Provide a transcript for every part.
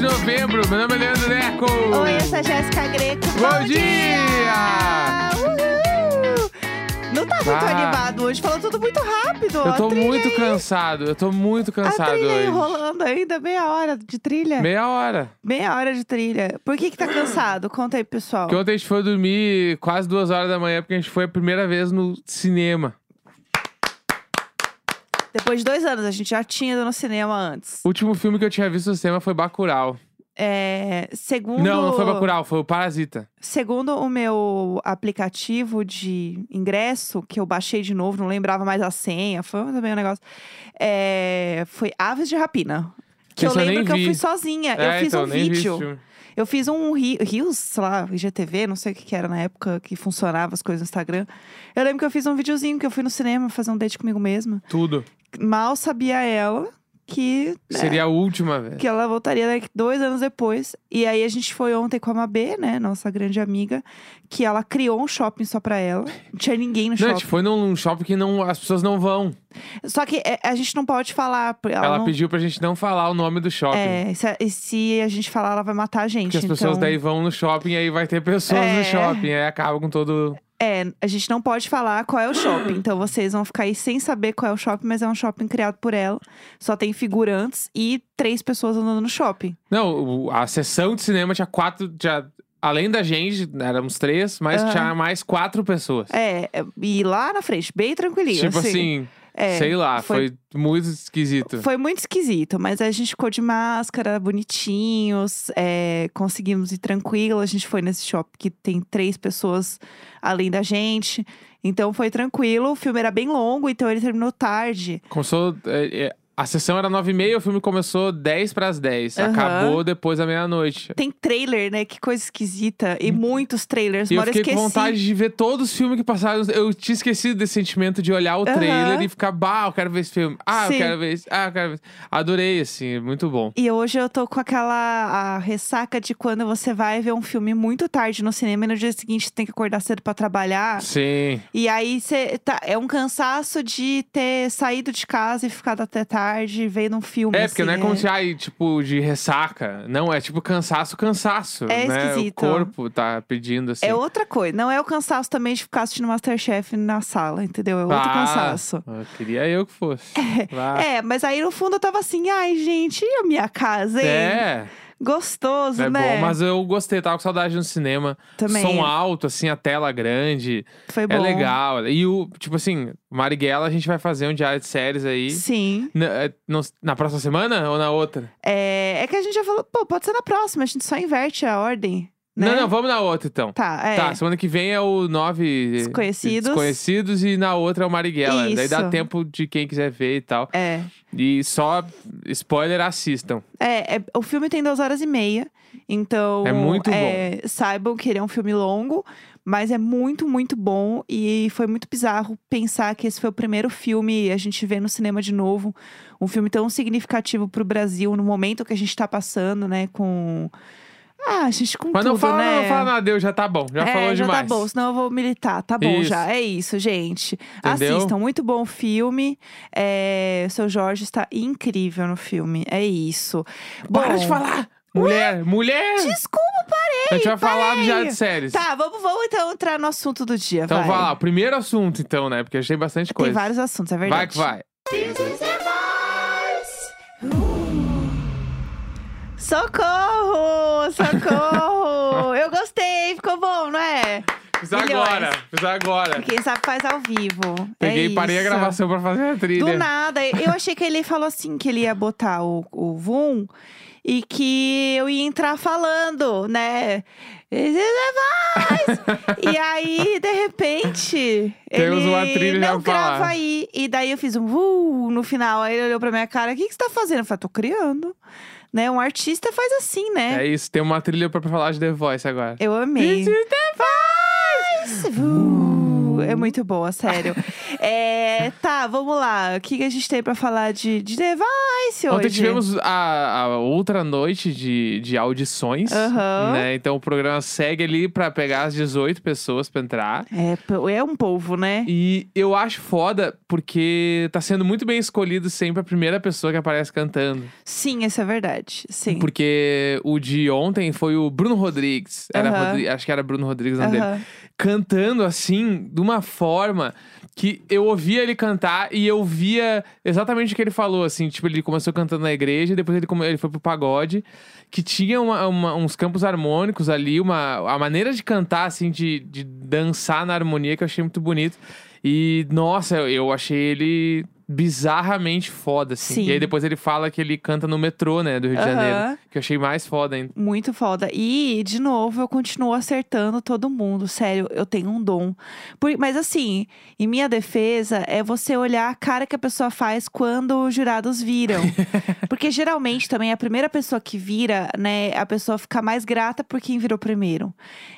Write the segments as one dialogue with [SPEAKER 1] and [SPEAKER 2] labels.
[SPEAKER 1] novembro. Meu nome é Leandro Neco.
[SPEAKER 2] Oi, eu sou a Jéssica Greco.
[SPEAKER 1] Bom dia!
[SPEAKER 2] Uhul! Não tá muito
[SPEAKER 1] Ah.
[SPEAKER 2] animado hoje, falou tudo muito rápido.
[SPEAKER 1] Eu tô
[SPEAKER 2] a trilha
[SPEAKER 1] muito
[SPEAKER 2] aí,
[SPEAKER 1] cansado, eu tô muito
[SPEAKER 2] A
[SPEAKER 1] cansado
[SPEAKER 2] Ah, trilha aí
[SPEAKER 1] hoje.
[SPEAKER 2] rolando ainda, meia hora de trilha.
[SPEAKER 1] Meia hora.
[SPEAKER 2] Meia hora de trilha. Por que que tá cansado? Conta aí, pessoal.
[SPEAKER 1] Porque ontem a gente foi dormir quase duas horas da manhã, porque a gente foi a primeira vez no cinema.
[SPEAKER 2] Depois de dois anos, a gente já tinha ido no cinema antes.
[SPEAKER 1] O último filme que eu tinha visto no cinema foi Bacurau.
[SPEAKER 2] É, segundo...
[SPEAKER 1] Não, não foi Bacurau, foi o Parasita.
[SPEAKER 2] Segundo o meu aplicativo de ingresso, que eu baixei de novo, não lembrava mais a senha, foi também um negócio. é, foi Aves de Rapina. Que
[SPEAKER 1] Esse eu
[SPEAKER 2] eu lembro
[SPEAKER 1] nem
[SPEAKER 2] que eu
[SPEAKER 1] vi.
[SPEAKER 2] fui sozinha.
[SPEAKER 1] é,
[SPEAKER 2] eu fiz
[SPEAKER 1] então,
[SPEAKER 2] um
[SPEAKER 1] nem vi esse
[SPEAKER 2] vídeo.
[SPEAKER 1] filme.
[SPEAKER 2] Eu fiz um Ri- Rios, sei lá, IGTV, não sei o que, que era na época que funcionava as coisas no Instagram. Eu lembro que eu fiz um videozinho que eu fui no cinema fazer um date comigo mesma.
[SPEAKER 1] Tudo.
[SPEAKER 2] Mal sabia ela que né,
[SPEAKER 1] Seria a última, velho.
[SPEAKER 2] É. que ela voltaria daqui dois anos depois. E aí a gente foi ontem com a Mabê, né? Nossa grande amiga, que ela criou um shopping só pra ela. Não tinha ninguém no
[SPEAKER 1] Não, a
[SPEAKER 2] shopping.
[SPEAKER 1] gente foi num num shopping que não, as pessoas não vão.
[SPEAKER 2] Só que é, a gente não pode falar. porque Ela,
[SPEAKER 1] Ela
[SPEAKER 2] não...
[SPEAKER 1] pediu pra gente não falar o nome do shopping.
[SPEAKER 2] Então, É, se, a- e se a gente falar, ela vai matar a gente.
[SPEAKER 1] Porque as pessoas
[SPEAKER 2] então,
[SPEAKER 1] daí vão no shopping e aí vai ter pessoas
[SPEAKER 2] É.
[SPEAKER 1] no shopping. Aí acaba com todo.
[SPEAKER 2] É, a gente não pode falar qual é o shopping. Então vocês vão ficar aí sem saber qual é o shopping, mas é um shopping criado por ela. Só tem figurantes e três pessoas andando no shopping.
[SPEAKER 1] Não, o- a sessão de cinema tinha quatro. Tinha... Além da gente, éramos três, mas
[SPEAKER 2] Aham.
[SPEAKER 1] tinha mais quatro pessoas.
[SPEAKER 2] É, e lá na frente, bem tranquilinho.
[SPEAKER 1] tipo assim,
[SPEAKER 2] é,
[SPEAKER 1] sei lá,
[SPEAKER 2] foi-
[SPEAKER 1] foi... muito esquisito.
[SPEAKER 2] Foi muito esquisito, mas a gente ficou de máscara, bonitinhos, é, conseguimos ir tranquilo. A gente foi nesse shopping que tem três pessoas além da gente. Então foi tranquilo. O filme era bem longo, então ele terminou tarde.
[SPEAKER 1] Começou. é, é, a sessão era nove e meia, o filme começou 10 pras 10.
[SPEAKER 2] Aham.
[SPEAKER 1] Acabou depois da meia-noite.
[SPEAKER 2] Tem trailer, né? Que coisa esquisita. E muitos trailers.
[SPEAKER 1] Hum. E
[SPEAKER 2] Uma
[SPEAKER 1] eu
[SPEAKER 2] hora
[SPEAKER 1] fiquei
[SPEAKER 2] esqueci.
[SPEAKER 1] com vontade de ver todos os filmes que passaram. Eu tinha esquecido desse sentimento de olhar o trailer e ficar, bah, eu quero ver esse filme. Ah,
[SPEAKER 2] Sim.
[SPEAKER 1] eu quero ver esse. Ah, eu quero ver esse. Adorei, assim, muito bom.
[SPEAKER 2] E hoje eu tô com aquela a ressaca de quando você vai ver um filme muito tarde no cinema e no dia seguinte você tem que acordar cedo pra trabalhar.
[SPEAKER 1] Sim.
[SPEAKER 2] E aí cê tá, é um cansaço de ter saído de casa e ficado até tarde vendo um filme.
[SPEAKER 1] É, porque
[SPEAKER 2] assim,
[SPEAKER 1] não é como se, ai, tipo, de ressaca. Não, é tipo cansaço, cansaço.
[SPEAKER 2] É
[SPEAKER 1] né?
[SPEAKER 2] esquisito.
[SPEAKER 1] O corpo tá pedindo, assim.
[SPEAKER 2] É outra coisa. Não é o cansaço também de ficar assistindo Masterchef na sala, entendeu? É outro
[SPEAKER 1] Ah,
[SPEAKER 2] cansaço.
[SPEAKER 1] eu queria eu que fosse. Vá.
[SPEAKER 2] É, mas aí no fundo eu tava assim, ai gente, e a minha casa, hein?
[SPEAKER 1] É,
[SPEAKER 2] Gostoso,
[SPEAKER 1] é
[SPEAKER 2] né?
[SPEAKER 1] bom, mas eu gostei, tava com saudade no cinema.
[SPEAKER 2] Também.
[SPEAKER 1] Som alto, assim, a tela grande.
[SPEAKER 2] Foi bom.
[SPEAKER 1] É legal. E o, tipo assim, Marighella, a gente vai fazer um diário de séries aí.
[SPEAKER 2] Sim.
[SPEAKER 1] Na, é, não- na próxima semana ou na outra?
[SPEAKER 2] É, é que a gente já falou, pô, pode ser na próxima, a gente só inverte a ordem. Né?
[SPEAKER 1] Não, não, vamos na outra então.
[SPEAKER 2] Tá, é.
[SPEAKER 1] Tá, semana que vem é o nove
[SPEAKER 2] Desconhecidos.
[SPEAKER 1] desconhecidos e na outra é o Marighella. Daí dá
[SPEAKER 2] Isso.
[SPEAKER 1] tempo de quem quiser ver e tal.
[SPEAKER 2] É.
[SPEAKER 1] E só spoiler, assistam.
[SPEAKER 2] É, é- o filme tem duas horas e meia. Então.
[SPEAKER 1] É muito
[SPEAKER 2] é, Saibam que ele é um filme longo, mas é muito, muito bom. E foi muito bizarro pensar que esse foi o primeiro filme a gente vê no cinema de novo. Um filme tão significativo pro Brasil, no momento que a gente tá passando, né? Com. Ah, a gente com
[SPEAKER 1] Mas
[SPEAKER 2] tudo,
[SPEAKER 1] não fala,
[SPEAKER 2] né?
[SPEAKER 1] não fala nada, deu, já tá bom. Já
[SPEAKER 2] é,
[SPEAKER 1] falou
[SPEAKER 2] já
[SPEAKER 1] demais.
[SPEAKER 2] tá bom, senão eu vou militar. Tá bom
[SPEAKER 1] Isso.
[SPEAKER 2] já. É isso, gente.
[SPEAKER 1] Entendeu?
[SPEAKER 2] Assistam, muito bom o filme. É, o seu Jorge está incrível no filme. É isso.
[SPEAKER 1] Para
[SPEAKER 2] Bom,
[SPEAKER 1] de falar! Mulher, mulher!
[SPEAKER 2] Desculpa, parei.
[SPEAKER 1] a gente vai falar do
[SPEAKER 2] parei.
[SPEAKER 1] diário de séries.
[SPEAKER 2] Tá, vamos, vamos então entrar no assunto do dia.
[SPEAKER 1] então
[SPEAKER 2] vai.
[SPEAKER 1] vai lá, o primeiro assunto, então, né? Porque a gente tem bastante
[SPEAKER 2] Tem
[SPEAKER 1] coisa.
[SPEAKER 2] vários assuntos, é
[SPEAKER 1] vai
[SPEAKER 2] verdade.
[SPEAKER 1] que vai.
[SPEAKER 2] Socorro! Socorro! Eu gostei, ficou bom, não é?
[SPEAKER 1] Fiz
[SPEAKER 2] Milhões.
[SPEAKER 1] agora, fiz agora.
[SPEAKER 2] Quem sabe faz ao vivo. É
[SPEAKER 1] Peguei e parei a
[SPEAKER 2] isso.
[SPEAKER 1] gravação pra fazer a trilha.
[SPEAKER 2] Do nada. Eu achei que ele falou assim que ele ia botar o, o Vum e que eu ia entrar falando, né? This is a voice! e aí, de repente,
[SPEAKER 1] Temos
[SPEAKER 2] ele
[SPEAKER 1] uma trilha
[SPEAKER 2] não
[SPEAKER 1] pra falar.
[SPEAKER 2] grava aí. E daí eu fiz um Vum no final. Aí ele olhou pra minha cara, o que, que você tá fazendo? Eu falei, tô criando. Né? Um artista faz assim, né?
[SPEAKER 1] É isso, tem uma trilha pra falar de The Voice agora. então,
[SPEAKER 2] Eu amei.
[SPEAKER 1] This is
[SPEAKER 2] Voice! Vum. É muito Uh, boa, sério. É, tá, vamos lá. O que, que a gente tem pra falar de, de Device hoje?
[SPEAKER 1] Ontem tivemos a, a outra noite de, de audições.
[SPEAKER 2] Aham.
[SPEAKER 1] Né? Então o programa segue ali pra pegar as 18 pessoas pra entrar.
[SPEAKER 2] É, pô, é um povo, né?
[SPEAKER 1] E eu acho foda porque tá sendo muito bem escolhido sempre a primeira pessoa que aparece cantando.
[SPEAKER 2] Sim, essa é verdade. Sim.
[SPEAKER 1] Porque o de ontem foi o Bruno Rodrigues. Era
[SPEAKER 2] Aham.
[SPEAKER 1] Rodri- Acho que era Bruno Rodrigues o nome dele.
[SPEAKER 2] Aham.
[SPEAKER 1] Cantando assim, de uma forma que eu ouvia ele cantar e eu via exatamente o que ele falou. Assim, tipo, ele começou cantando na igreja, depois ele, come- ele foi pro pagode, que tinha uma- uma- uns campos harmônicos ali, uma, a maneira de cantar, assim, de, de dançar na harmonia, que eu achei muito bonito. E, nossa, eu, eu achei ele bizarramente foda, assim.
[SPEAKER 2] Sim.
[SPEAKER 1] E aí depois ele fala que ele canta no metrô, né, do Rio de
[SPEAKER 2] Aham.
[SPEAKER 1] Janeiro. Que eu achei mais foda ainda.
[SPEAKER 2] Muito foda. E, de novo, eu continuo acertando todo mundo. Sério, eu tenho um dom. Por- mas, assim, em minha defesa, é você olhar a cara que a pessoa faz quando os jurados viram. porque, geralmente, também, a primeira pessoa que vira, né, a pessoa fica mais grata por quem virou primeiro.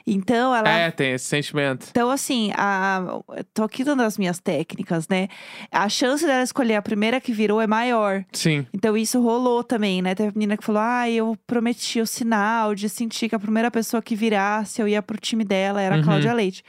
[SPEAKER 2] Então, ela
[SPEAKER 1] É, tem esse sentimento.
[SPEAKER 2] então, assim, a... tô aqui dando as minhas técnicas, né? A chance dela escolher a primeira que virou é maior.
[SPEAKER 1] Sim.
[SPEAKER 2] Então, isso rolou também, né? Teve menina que falou: ah, eu prometi o sinal de sentir que a primeira pessoa que virasse eu ia pro time dela, era a
[SPEAKER 1] Uhum.
[SPEAKER 2] Cláudia Leite.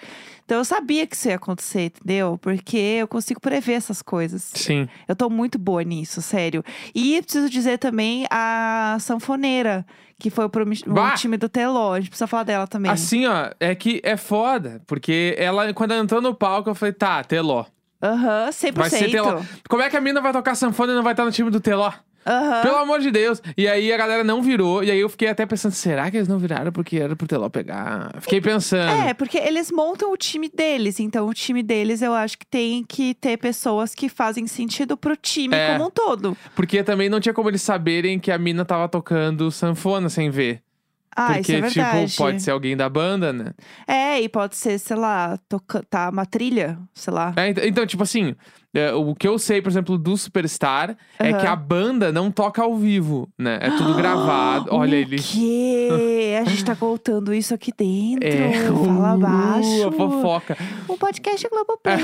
[SPEAKER 2] Então, eu sabia que isso ia acontecer, entendeu? Porque eu consigo prever essas coisas.
[SPEAKER 1] Sim.
[SPEAKER 2] Eu tô muito boa nisso, sério. E preciso dizer também a sanfoneira, que foi o, promi- o
[SPEAKER 1] Bah!
[SPEAKER 2] time do Teló. A gente precisa falar dela também.
[SPEAKER 1] Assim, ó, é que é foda. Porque ela, quando ela entrou no palco, eu falei, tá, Teló.
[SPEAKER 2] Aham, 100%.
[SPEAKER 1] Vai ser Teló. Como é que a mina vai tocar sanfona e não vai estar no time do Teló?
[SPEAKER 2] Aham.
[SPEAKER 1] Pelo amor de Deus. E aí a galera não virou. E aí eu fiquei até pensando, será que eles não viraram porque era pro Teló pegar? Fiquei pensando.
[SPEAKER 2] É, porque eles montam o time deles. Então, o time deles, eu acho que tem que ter pessoas que fazem sentido pro time
[SPEAKER 1] É.
[SPEAKER 2] como um todo.
[SPEAKER 1] Porque também não tinha como eles saberem que a mina tava tocando sanfona sem ver.
[SPEAKER 2] Ah,
[SPEAKER 1] porque,
[SPEAKER 2] isso é verdade.
[SPEAKER 1] tipo, pode ser alguém da banda, né?
[SPEAKER 2] É, e pode ser, sei lá, toca... tá uma trilha, sei lá.
[SPEAKER 1] É, ent- então, tipo assim, é, o que eu sei, por exemplo, do Superstar é
[SPEAKER 2] Aham.
[SPEAKER 1] que a banda não toca ao vivo, né? É tudo gravado. Olha
[SPEAKER 2] Ah, o
[SPEAKER 1] ele.
[SPEAKER 2] quê? A gente tá contando isso aqui dentro.
[SPEAKER 1] É,
[SPEAKER 2] Fala
[SPEAKER 1] uh,
[SPEAKER 2] baixo.
[SPEAKER 1] a fofoca.
[SPEAKER 2] O podcast Globoplay.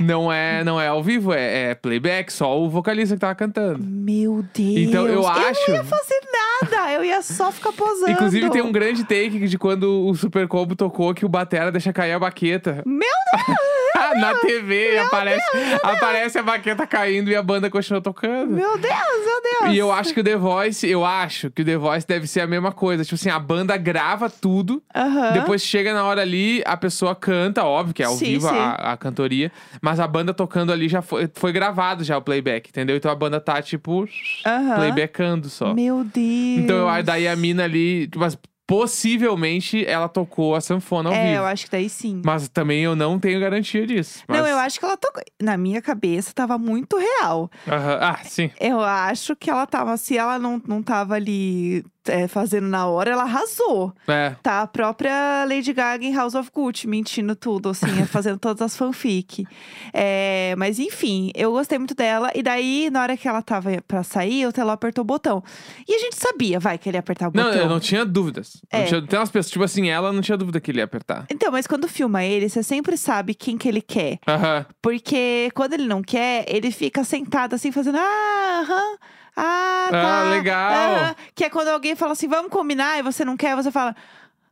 [SPEAKER 1] Não é, não é ao vivo, é, é playback, só o vocalista que tava cantando.
[SPEAKER 2] Meu Deus.
[SPEAKER 1] Então, eu
[SPEAKER 2] Eu não ia
[SPEAKER 1] acho-
[SPEAKER 2] fazer nada. Eu ia só ficar posando.
[SPEAKER 1] Inclusive, tem um grande take de quando o Super Combo tocou que o Batera deixa cair a baqueta.
[SPEAKER 2] Meu
[SPEAKER 1] Na TV aparece, aparece a baqueta caindo e a banda continua tocando.
[SPEAKER 2] Meu Deus, meu Deus.
[SPEAKER 1] E eu acho que o The Voice, eu acho que o The Voice deve ser a mesma coisa. Tipo assim, a banda grava tudo,
[SPEAKER 2] Aham.
[SPEAKER 1] depois chega na hora ali, a pessoa canta, óbvio que é ao
[SPEAKER 2] Sim,
[SPEAKER 1] vivo
[SPEAKER 2] sim.
[SPEAKER 1] A, a cantoria, mas a banda tocando ali já foi, foi gravado já o playback, entendeu? Então a banda tá tipo
[SPEAKER 2] Aham.
[SPEAKER 1] playbackando só.
[SPEAKER 2] Meu Deus.
[SPEAKER 1] Então eu, daí a mina ali, mas possivelmente ela tocou a sanfona ao
[SPEAKER 2] É,
[SPEAKER 1] vivo.
[SPEAKER 2] eu acho que daí sim.
[SPEAKER 1] Mas também eu não tenho garantia disso.
[SPEAKER 2] Não,
[SPEAKER 1] mas-
[SPEAKER 2] eu acho que ela tocou. Na minha cabeça tava muito real.
[SPEAKER 1] Aham. Ah, sim.
[SPEAKER 2] Eu acho que ela tava, se ela não, não tava ali é, fazendo na hora, ela arrasou.
[SPEAKER 1] É.
[SPEAKER 2] Tá? A própria Lady Gaga em House of Gucci, mentindo tudo, assim, é, fazendo todas as fanfic. É, mas enfim, eu gostei muito dela. E daí, na hora que ela tava pra sair, o Teló apertou o botão. E a gente sabia, vai, que ele ia apertar o
[SPEAKER 1] Não,
[SPEAKER 2] botão.
[SPEAKER 1] eu não tinha dúvidas. Não
[SPEAKER 2] É.
[SPEAKER 1] tinha- tem umas pessoas, tipo assim, ela não tinha dúvida que ele ia apertar.
[SPEAKER 2] Então, mas quando filma ele, você sempre sabe quem que ele quer.
[SPEAKER 1] Aham.
[SPEAKER 2] Porque quando ele não quer, ele fica sentado assim, fazendo. Ah, aham, ah,
[SPEAKER 1] Ah,
[SPEAKER 2] tá,
[SPEAKER 1] legal."
[SPEAKER 2] aham." Que é quando alguém fala assim, vamos combinar, e você não quer, você fala.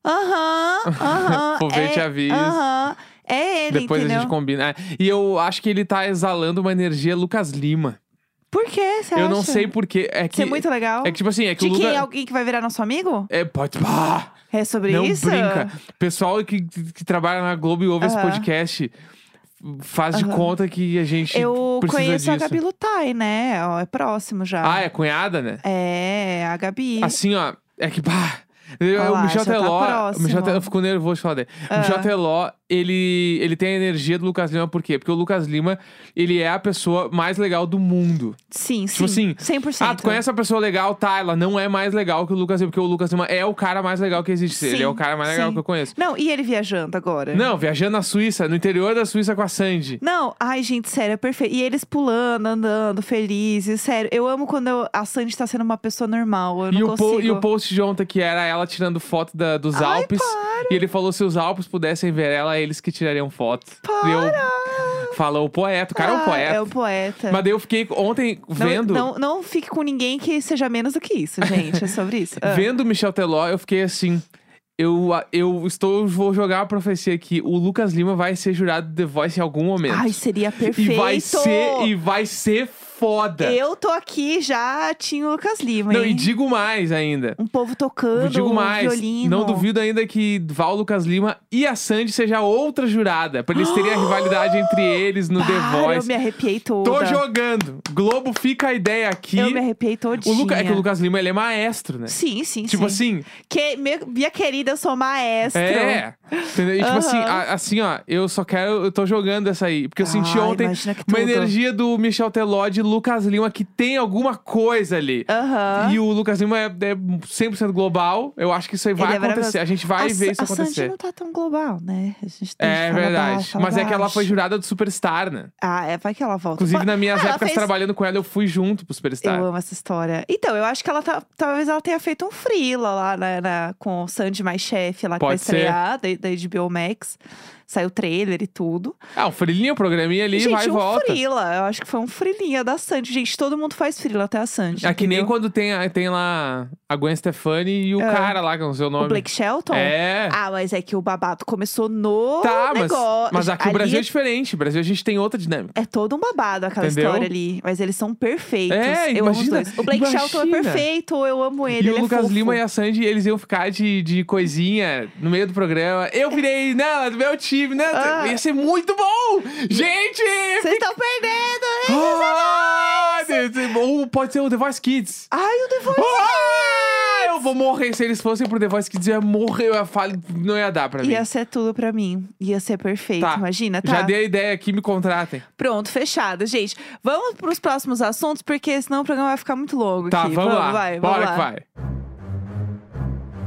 [SPEAKER 2] Aham, aham.
[SPEAKER 1] Vou ver,
[SPEAKER 2] é,
[SPEAKER 1] te aviso."
[SPEAKER 2] Aham. É ele,
[SPEAKER 1] Depois
[SPEAKER 2] entendeu?
[SPEAKER 1] a gente combina. É. E eu acho que ele tá exalando uma energia Lucas Lima.
[SPEAKER 2] Por quê? Você
[SPEAKER 1] eu não
[SPEAKER 2] acha?
[SPEAKER 1] sei porquê. É que.
[SPEAKER 2] Isso é muito legal.
[SPEAKER 1] É que, tipo assim, é que
[SPEAKER 2] De
[SPEAKER 1] o
[SPEAKER 2] quem?
[SPEAKER 1] Lucas.
[SPEAKER 2] Alguém que vai virar nosso amigo?
[SPEAKER 1] É, pode. Bah!
[SPEAKER 2] É sobre
[SPEAKER 1] não
[SPEAKER 2] isso?
[SPEAKER 1] brinca. Pessoal que, que trabalha na Globo e ouve esse
[SPEAKER 2] Aham.
[SPEAKER 1] podcast faz de
[SPEAKER 2] Aham.
[SPEAKER 1] conta que a gente
[SPEAKER 2] Eu
[SPEAKER 1] Tipo, precisa
[SPEAKER 2] conheço
[SPEAKER 1] disso.
[SPEAKER 2] a Gabi Lutai, né? Ó, é próximo já.
[SPEAKER 1] Ah, é cunhada, né?
[SPEAKER 2] É, a Gabi.
[SPEAKER 1] Assim, ó, é que bah,
[SPEAKER 2] Olha
[SPEAKER 1] o
[SPEAKER 2] lá,
[SPEAKER 1] Michel
[SPEAKER 2] já tá
[SPEAKER 1] Teló, o
[SPEAKER 2] próximo. Ah.
[SPEAKER 1] Michel Teló, eu fico nervoso de falar dele. O Michel Teló, ele, ele tem a energia do Lucas Lima, por quê? Porque o Lucas Lima, ele é a pessoa mais legal do mundo.
[SPEAKER 2] Sim, sim.
[SPEAKER 1] Tipo assim,
[SPEAKER 2] 100%.
[SPEAKER 1] Ah, tu conhece a pessoa legal? Tá, ela não é mais legal que o Lucas Lima, porque o Lucas Lima é o cara mais legal que existe.
[SPEAKER 2] Sim,
[SPEAKER 1] ele é o cara mais legal
[SPEAKER 2] sim.
[SPEAKER 1] que eu conheço.
[SPEAKER 2] Não, e ele viajando agora?
[SPEAKER 1] Não, viajando na Suíça, no interior da Suíça com a Sandy.
[SPEAKER 2] Não, ai, gente, sério, é perfeito. E eles pulando, andando, felizes, sério. Eu amo quando eu- a Sandy tá sendo uma pessoa normal. Eu
[SPEAKER 1] E
[SPEAKER 2] não
[SPEAKER 1] o, po-
[SPEAKER 2] consigo.
[SPEAKER 1] e o post de ontem que era ela tirando foto da- dos
[SPEAKER 2] Ai,
[SPEAKER 1] Alpes. E ele falou: se os Alpes pudessem ver ela, é eles que tirariam foto. E eu-
[SPEAKER 2] Para!
[SPEAKER 1] Fala o poeta. O cara é um
[SPEAKER 2] Ah,
[SPEAKER 1] poeta.
[SPEAKER 2] É um poeta.
[SPEAKER 1] Mas daí eu fiquei ontem
[SPEAKER 2] Não-
[SPEAKER 1] vendo.
[SPEAKER 2] Não, não, fique com ninguém que seja menos do que isso, gente. É sobre isso. Ah.
[SPEAKER 1] Vendo o Michel Teló, eu fiquei assim. Eu, eu estou, vou jogar a profecia aqui. O Lucas Lima vai ser jurado do The Voice em algum momento.
[SPEAKER 2] Ai, seria perfeito.
[SPEAKER 1] e vai ser, e vai ser foda.
[SPEAKER 2] Eu tô aqui já tinha o Lucas Lima,
[SPEAKER 1] Não,
[SPEAKER 2] hein?
[SPEAKER 1] e digo mais ainda.
[SPEAKER 2] Um povo tocando,
[SPEAKER 1] digo
[SPEAKER 2] um
[SPEAKER 1] mais.
[SPEAKER 2] violino.
[SPEAKER 1] Não duvido ainda que Val Lucas Lima e a Sandy seja outra jurada. Pra eles terem a rivalidade entre eles no The
[SPEAKER 2] Para, Eu
[SPEAKER 1] Voice.
[SPEAKER 2] me arrepiei toda.
[SPEAKER 1] Tô jogando. Globo fica a ideia aqui.
[SPEAKER 2] Eu me arrepiei
[SPEAKER 1] o
[SPEAKER 2] todinha.
[SPEAKER 1] Luca, é que o Lucas Lima ele é maestro, né?
[SPEAKER 2] Sim, sim,
[SPEAKER 1] Tipo
[SPEAKER 2] sim.
[SPEAKER 1] assim,
[SPEAKER 2] Que, me- minha querida, eu sou maestro.
[SPEAKER 1] É. Entendeu? E tipo
[SPEAKER 2] Aham.
[SPEAKER 1] assim, a- assim, ó, eu só quero. Eu tô jogando essa aí. Porque eu senti
[SPEAKER 2] Ah,
[SPEAKER 1] ontem
[SPEAKER 2] imagina que
[SPEAKER 1] uma
[SPEAKER 2] tudo.
[SPEAKER 1] energia do Michel Teló de Lucas Lima que tem alguma coisa ali.
[SPEAKER 2] Aham.
[SPEAKER 1] E o Lucas Lima é, é 100% global. Eu acho que isso aí vai
[SPEAKER 2] Ele é
[SPEAKER 1] acontecer.
[SPEAKER 2] maravilhoso.
[SPEAKER 1] a gente vai
[SPEAKER 2] a,
[SPEAKER 1] ver
[SPEAKER 2] Sa-
[SPEAKER 1] isso
[SPEAKER 2] a Sandy
[SPEAKER 1] acontecer.
[SPEAKER 2] não tá tão global, né? A gente tem
[SPEAKER 1] É
[SPEAKER 2] que falar
[SPEAKER 1] verdade.
[SPEAKER 2] baixo, falar
[SPEAKER 1] Mas é que ela
[SPEAKER 2] baixo.
[SPEAKER 1] foi jurada do Superstar, né?
[SPEAKER 2] Ah, é, vai que ela volta.
[SPEAKER 1] Inclusive,
[SPEAKER 2] Pô,
[SPEAKER 1] nas minhas
[SPEAKER 2] ah, ela
[SPEAKER 1] épocas
[SPEAKER 2] fez...
[SPEAKER 1] trabalhando com ela, eu fui junto pro Superstar.
[SPEAKER 2] Eu amo essa história. Então, eu acho que ela tá, talvez ela tenha feito um freela lá na, na- com o Sandy mais chefe lá que
[SPEAKER 1] Pode
[SPEAKER 2] vai
[SPEAKER 1] ser.
[SPEAKER 2] estrear da, da HBO Max. Saiu o trailer e tudo.
[SPEAKER 1] Ah, um frilinho, um programinha ali,
[SPEAKER 2] Gente,
[SPEAKER 1] vai e
[SPEAKER 2] um
[SPEAKER 1] volta.
[SPEAKER 2] freela. Eu acho que foi um freelinha da Sandy. Gente, todo mundo faz freela, até a Sandy.
[SPEAKER 1] É que nem
[SPEAKER 2] entendeu?
[SPEAKER 1] quando tem, a- tem lá a Gwen Stefani e o
[SPEAKER 2] É.
[SPEAKER 1] cara lá, que eu não sei o nome.
[SPEAKER 2] O Blake Shelton?
[SPEAKER 1] É.
[SPEAKER 2] Ah, mas é que o babado começou no
[SPEAKER 1] Tá, mas,
[SPEAKER 2] negócio.
[SPEAKER 1] mas aqui
[SPEAKER 2] Ali
[SPEAKER 1] o Brasil é diferente. O Brasil a gente tem outra dinâmica.
[SPEAKER 2] É todo um babado aquela
[SPEAKER 1] Entendeu?
[SPEAKER 2] história ali. Mas eles são perfeitos.
[SPEAKER 1] É,
[SPEAKER 2] eu
[SPEAKER 1] imagina,
[SPEAKER 2] amo os dois. O Blake Shelton é
[SPEAKER 1] imagina.
[SPEAKER 2] perfeito, eu amo ele.
[SPEAKER 1] e
[SPEAKER 2] ele
[SPEAKER 1] o Lucas
[SPEAKER 2] é fofo.
[SPEAKER 1] Lima e a Sandy, eles iam ficar de, de coisinha no meio do programa. Eu virei, não, do meu time, né?
[SPEAKER 2] Ah.
[SPEAKER 1] Ia ser muito bom! Gente!
[SPEAKER 2] Vocês estão perdendo, hein?
[SPEAKER 1] Ah, Ou pode ser o The Voice Kids.
[SPEAKER 2] Ai, o The Voice.
[SPEAKER 1] Ah, eu vou morrer. Se eles fossem pro The Voice Kids, eu ia morrer. Eu ia falar, não ia dar pra mim.
[SPEAKER 2] Ia ser tudo pra mim. Ia ser perfeito.
[SPEAKER 1] Tá.
[SPEAKER 2] Imagina, tá?
[SPEAKER 1] Já dei a ideia aqui, me contratem.
[SPEAKER 2] Pronto, fechado, gente. Vamos pros próximos assuntos, porque senão o programa vai ficar muito longo.
[SPEAKER 1] Tá,
[SPEAKER 2] aqui.
[SPEAKER 1] vamos, lá.
[SPEAKER 2] Vai,
[SPEAKER 1] Bora
[SPEAKER 2] vamos lá.
[SPEAKER 1] que vai.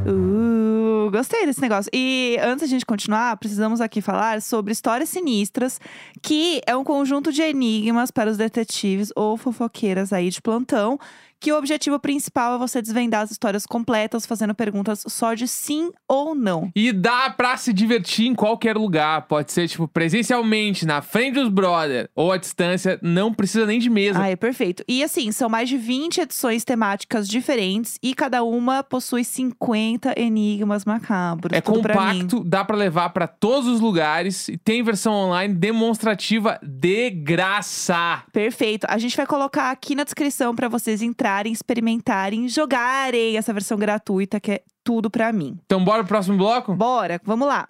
[SPEAKER 2] Uh, gostei desse negócio. E antes da gente continuar, precisamos aqui falar sobre Histórias Sinistras, que é um conjunto de enigmas para os detetives ou fofoqueiras aí de plantão, que o objetivo principal é você desvendar as histórias completas, fazendo perguntas só de sim ou não.
[SPEAKER 1] E dá pra se divertir em qualquer lugar. Pode ser, tipo, presencialmente, na frente dos brother, ou à distância. Não precisa nem de mesa.
[SPEAKER 2] Ah, é perfeito. E assim, são mais de 20 edições temáticas diferentes e cada uma possui 50 enigmas macabros.
[SPEAKER 1] é
[SPEAKER 2] Tudo pra mim.
[SPEAKER 1] compacto, dá pra levar pra todos os lugares. E tem versão online demonstrativa de graça.
[SPEAKER 2] Perfeito. A gente vai colocar aqui na descrição pra vocês entrarem, experimentarem, jogarem essa versão gratuita que é tudo pra mim.
[SPEAKER 1] Então, bora pro próximo bloco?
[SPEAKER 2] Bora, vamos lá.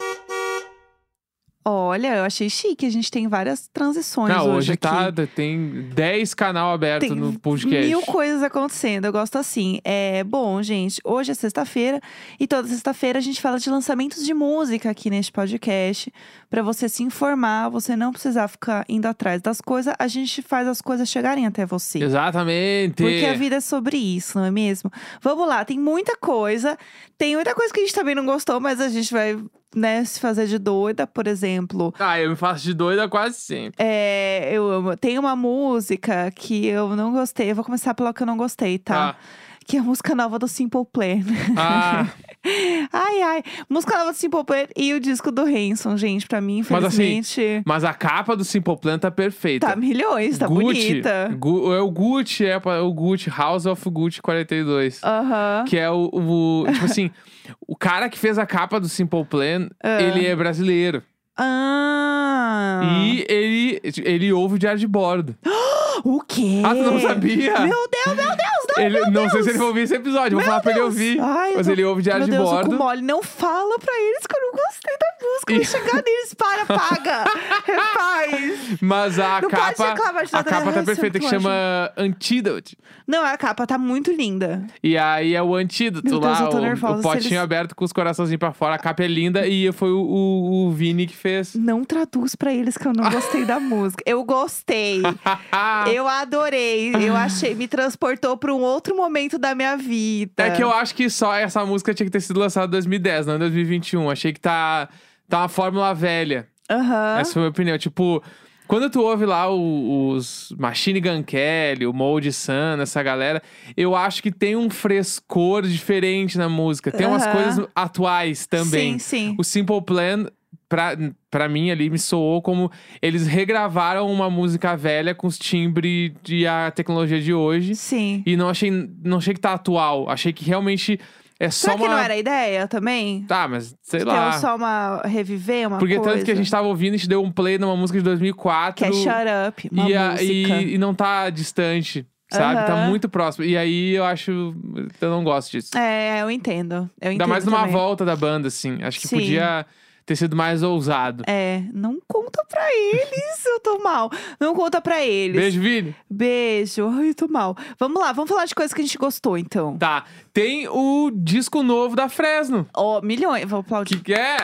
[SPEAKER 2] Olha, eu achei chique. A gente tem várias transições
[SPEAKER 1] Não,
[SPEAKER 2] hoje,
[SPEAKER 1] hoje
[SPEAKER 2] aqui.
[SPEAKER 1] tá, tem 10 canal aberto
[SPEAKER 2] Tem
[SPEAKER 1] no podcast.
[SPEAKER 2] Mil coisas acontecendo, eu gosto assim. É, bom, gente, hoje é sexta-feira e toda sexta-feira a gente fala de lançamentos de música aqui neste podcast. Pra você se informar, você não precisar ficar indo atrás das coisas, a gente faz as coisas chegarem até você.
[SPEAKER 1] Exatamente.
[SPEAKER 2] Porque a vida é sobre isso, não é mesmo? Vamos lá, tem muita coisa. Tem muita coisa que a gente também não gostou, mas a gente vai, né, se fazer de doida, por exemplo.
[SPEAKER 1] Ah, eu me faço de doida quase sempre.
[SPEAKER 2] É, eu amo. Tem uma música que eu não gostei. Eu vou começar pela que eu não gostei, tá? Que é a música nova do Simple Plan.
[SPEAKER 1] Ah,
[SPEAKER 2] ai, ai. Música nova do Simple Plan e o disco do Hanson, gente. Pra mim,
[SPEAKER 1] Mas assim,
[SPEAKER 2] infelizmente,
[SPEAKER 1] mas a capa do Simple Plan tá perfeita.
[SPEAKER 2] tá milhões, tá
[SPEAKER 1] Gucci,
[SPEAKER 2] bonita.
[SPEAKER 1] Gu- é o Gucci, é pa- é o Gucci, House of Gucci 42.
[SPEAKER 2] Aham.
[SPEAKER 1] Que é o, o- Tipo assim, o cara que fez a capa do Simple Plan, ele é brasileiro.
[SPEAKER 2] Ah.
[SPEAKER 1] E ele, ele ouve o diário de bordo.
[SPEAKER 2] O quê?
[SPEAKER 1] Ah, tu não sabia?
[SPEAKER 2] Meu Deus, meu Deus, não,
[SPEAKER 1] Ele,
[SPEAKER 2] meu
[SPEAKER 1] não sei
[SPEAKER 2] Deus.
[SPEAKER 1] se ele vai ouvir esse episódio, vou falar pra ele ouvir.
[SPEAKER 2] Ai,
[SPEAKER 1] mas
[SPEAKER 2] não-
[SPEAKER 1] ele ouve o diário
[SPEAKER 2] Meu
[SPEAKER 1] de
[SPEAKER 2] Deus, o cu
[SPEAKER 1] bordo.
[SPEAKER 2] mole, não fala pra eles que eu não gostei da música. Eu
[SPEAKER 1] E-
[SPEAKER 2] Vou chegar neles, para, paga. Refaz.
[SPEAKER 1] Mas a
[SPEAKER 2] Não pode
[SPEAKER 1] capa.
[SPEAKER 2] reclamar de
[SPEAKER 1] a
[SPEAKER 2] nada,
[SPEAKER 1] capa
[SPEAKER 2] né?
[SPEAKER 1] tá
[SPEAKER 2] Ai,
[SPEAKER 1] perfeita, que
[SPEAKER 2] sempre
[SPEAKER 1] chama Antídoto.
[SPEAKER 2] Não, a capa tá muito linda.
[SPEAKER 1] E aí é o antídoto
[SPEAKER 2] Meu Deus,
[SPEAKER 1] lá,
[SPEAKER 2] eu tô
[SPEAKER 1] o- o,
[SPEAKER 2] nervosa, se
[SPEAKER 1] potinho
[SPEAKER 2] eles-
[SPEAKER 1] aberto com os coraçãozinhos pra fora. A capa é linda e foi o, o, o Vini que fez.
[SPEAKER 2] Não traduz pra eles que eu não gostei da música. Eu gostei.
[SPEAKER 1] Ah,
[SPEAKER 2] Eu adorei. Eu achei, me transportou pra um outro momento da minha vida.
[SPEAKER 1] É que eu acho que só essa música tinha que ter sido lançada em 2010, não em 2021. Achei que tá, tá uma fórmula velha.
[SPEAKER 2] Aham.
[SPEAKER 1] Essa foi a minha opinião. Tipo, quando tu ouve lá o- os Machine Gun Kelly, o Mold Sun, essa galera, eu acho que tem um frescor diferente na música. Tem umas
[SPEAKER 2] Aham.
[SPEAKER 1] coisas atuais também.
[SPEAKER 2] Sim, sim.
[SPEAKER 1] O Simple Plan pra, pra mim ali me soou como eles regravaram uma música velha com os timbres e a tecnologia de hoje.
[SPEAKER 2] Sim.
[SPEAKER 1] E não achei, não achei que tá atual. Achei que realmente é só
[SPEAKER 2] Será
[SPEAKER 1] uma.
[SPEAKER 2] que não era a ideia também?
[SPEAKER 1] Tá, mas sei
[SPEAKER 2] Que
[SPEAKER 1] lá.
[SPEAKER 2] Era só uma reviver uma
[SPEAKER 1] Porque
[SPEAKER 2] coisa.
[SPEAKER 1] tanto que a gente tava ouvindo, a gente deu um play numa música de 2004.
[SPEAKER 2] Que é Shut Up, uma
[SPEAKER 1] e, a-
[SPEAKER 2] música.
[SPEAKER 1] e, e não tá distante, sabe? Tá
[SPEAKER 2] Aham.
[SPEAKER 1] muito próximo. E aí eu acho. Eu não gosto disso.
[SPEAKER 2] É, eu entendo. Eu
[SPEAKER 1] Ainda
[SPEAKER 2] entendo
[SPEAKER 1] mais numa
[SPEAKER 2] também.
[SPEAKER 1] volta da banda, assim. Acho que
[SPEAKER 2] Sim.
[SPEAKER 1] podia ter sido mais ousado.
[SPEAKER 2] É, não conta pra eles, eu tô mal. Não conta pra eles.
[SPEAKER 1] Beijo, Vini.
[SPEAKER 2] Beijo. Ai, eu tô mal. Vamos lá, vamos falar de coisas que a gente gostou, então.
[SPEAKER 1] Tá. Tem o disco novo da Fresno.
[SPEAKER 2] Ó, milhões, vou aplaudir.
[SPEAKER 1] Que que é.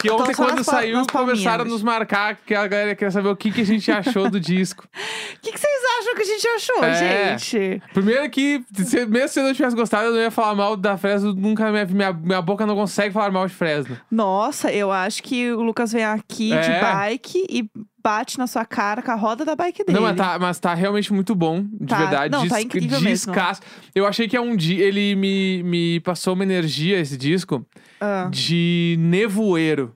[SPEAKER 1] Que
[SPEAKER 2] Então,
[SPEAKER 1] ontem,
[SPEAKER 2] só nas
[SPEAKER 1] quando
[SPEAKER 2] pa-
[SPEAKER 1] saiu,
[SPEAKER 2] nas palminhas.
[SPEAKER 1] começaram a nos marcar, que a galera queria saber o que, que a gente achou do disco.
[SPEAKER 2] O que, que vocês acham que a gente achou,
[SPEAKER 1] É.
[SPEAKER 2] gente?
[SPEAKER 1] Primeiro que, se- mesmo se eu não tivesse gostado, eu não ia falar mal da Fresno. Nunca minha, minha, minha boca não consegue falar mal de Fresno.
[SPEAKER 2] Nossa, eu acho que o Lucas vem aqui
[SPEAKER 1] É.
[SPEAKER 2] de bike e bate na sua cara com a roda da bike dele.
[SPEAKER 1] Não, mas tá, mas tá realmente muito bom, de
[SPEAKER 2] Tá.
[SPEAKER 1] verdade.
[SPEAKER 2] Não, tá
[SPEAKER 1] Dis-
[SPEAKER 2] incrível mesmo.
[SPEAKER 1] Discaço. Eu achei que é um dia. Ele me, me passou uma energia, esse disco,
[SPEAKER 2] Ah,
[SPEAKER 1] de nevoeiro.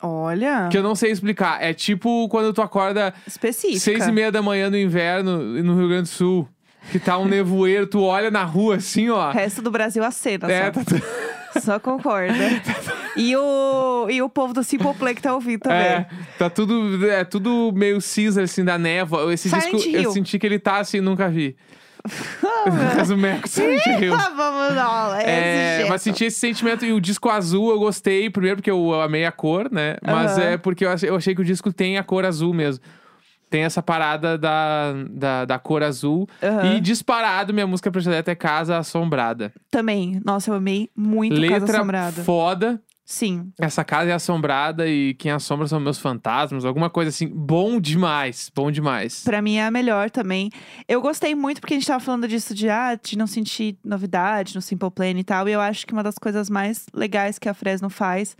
[SPEAKER 2] olha,
[SPEAKER 1] Que eu não sei explicar. É tipo quando tu acorda
[SPEAKER 2] específica.
[SPEAKER 1] seis e meia da manhã no inverno no Rio Grande do Sul. Que tá um nevoeiro, tu olha na rua assim, ó.
[SPEAKER 2] O resto do Brasil acena,
[SPEAKER 1] É,
[SPEAKER 2] é,
[SPEAKER 1] tá,
[SPEAKER 2] só. só concorda. e, o, e o povo do Simple Play que tá ouvindo também.
[SPEAKER 1] é, tá tudo, é tudo meio cinza, assim, da névoa. Esse
[SPEAKER 2] Silent
[SPEAKER 1] disco, eu
[SPEAKER 2] Hill.
[SPEAKER 1] senti que ele tá assim, nunca vi. Mas o Merco Silent Hill.
[SPEAKER 2] Ah, vamos lá,
[SPEAKER 1] É,
[SPEAKER 2] é,
[SPEAKER 1] mas
[SPEAKER 2] mas
[SPEAKER 1] senti esse sentimento e o disco azul eu gostei, primeiro porque eu amei a cor, né? Mas
[SPEAKER 2] Aham.
[SPEAKER 1] é porque eu achei, eu achei que o disco tem a cor azul mesmo. Tem essa parada da, da, da cor azul.
[SPEAKER 2] Aham.
[SPEAKER 1] E disparado, minha música predileta é Casa Assombrada.
[SPEAKER 2] Também, nossa, eu amei muito Casa
[SPEAKER 1] Letra
[SPEAKER 2] Assombrada.
[SPEAKER 1] foda.
[SPEAKER 2] Sim,
[SPEAKER 1] Essa casa é assombrada e quem assombra são meus fantasmas. Alguma coisa assim. Bom demais. Bom demais.
[SPEAKER 2] pra mim é a melhor também. Eu gostei muito porque a gente tava falando disso de, ah, de não sentir novidade no Simple Plan e tal. E eu acho que uma das coisas mais legais que a Fresno faz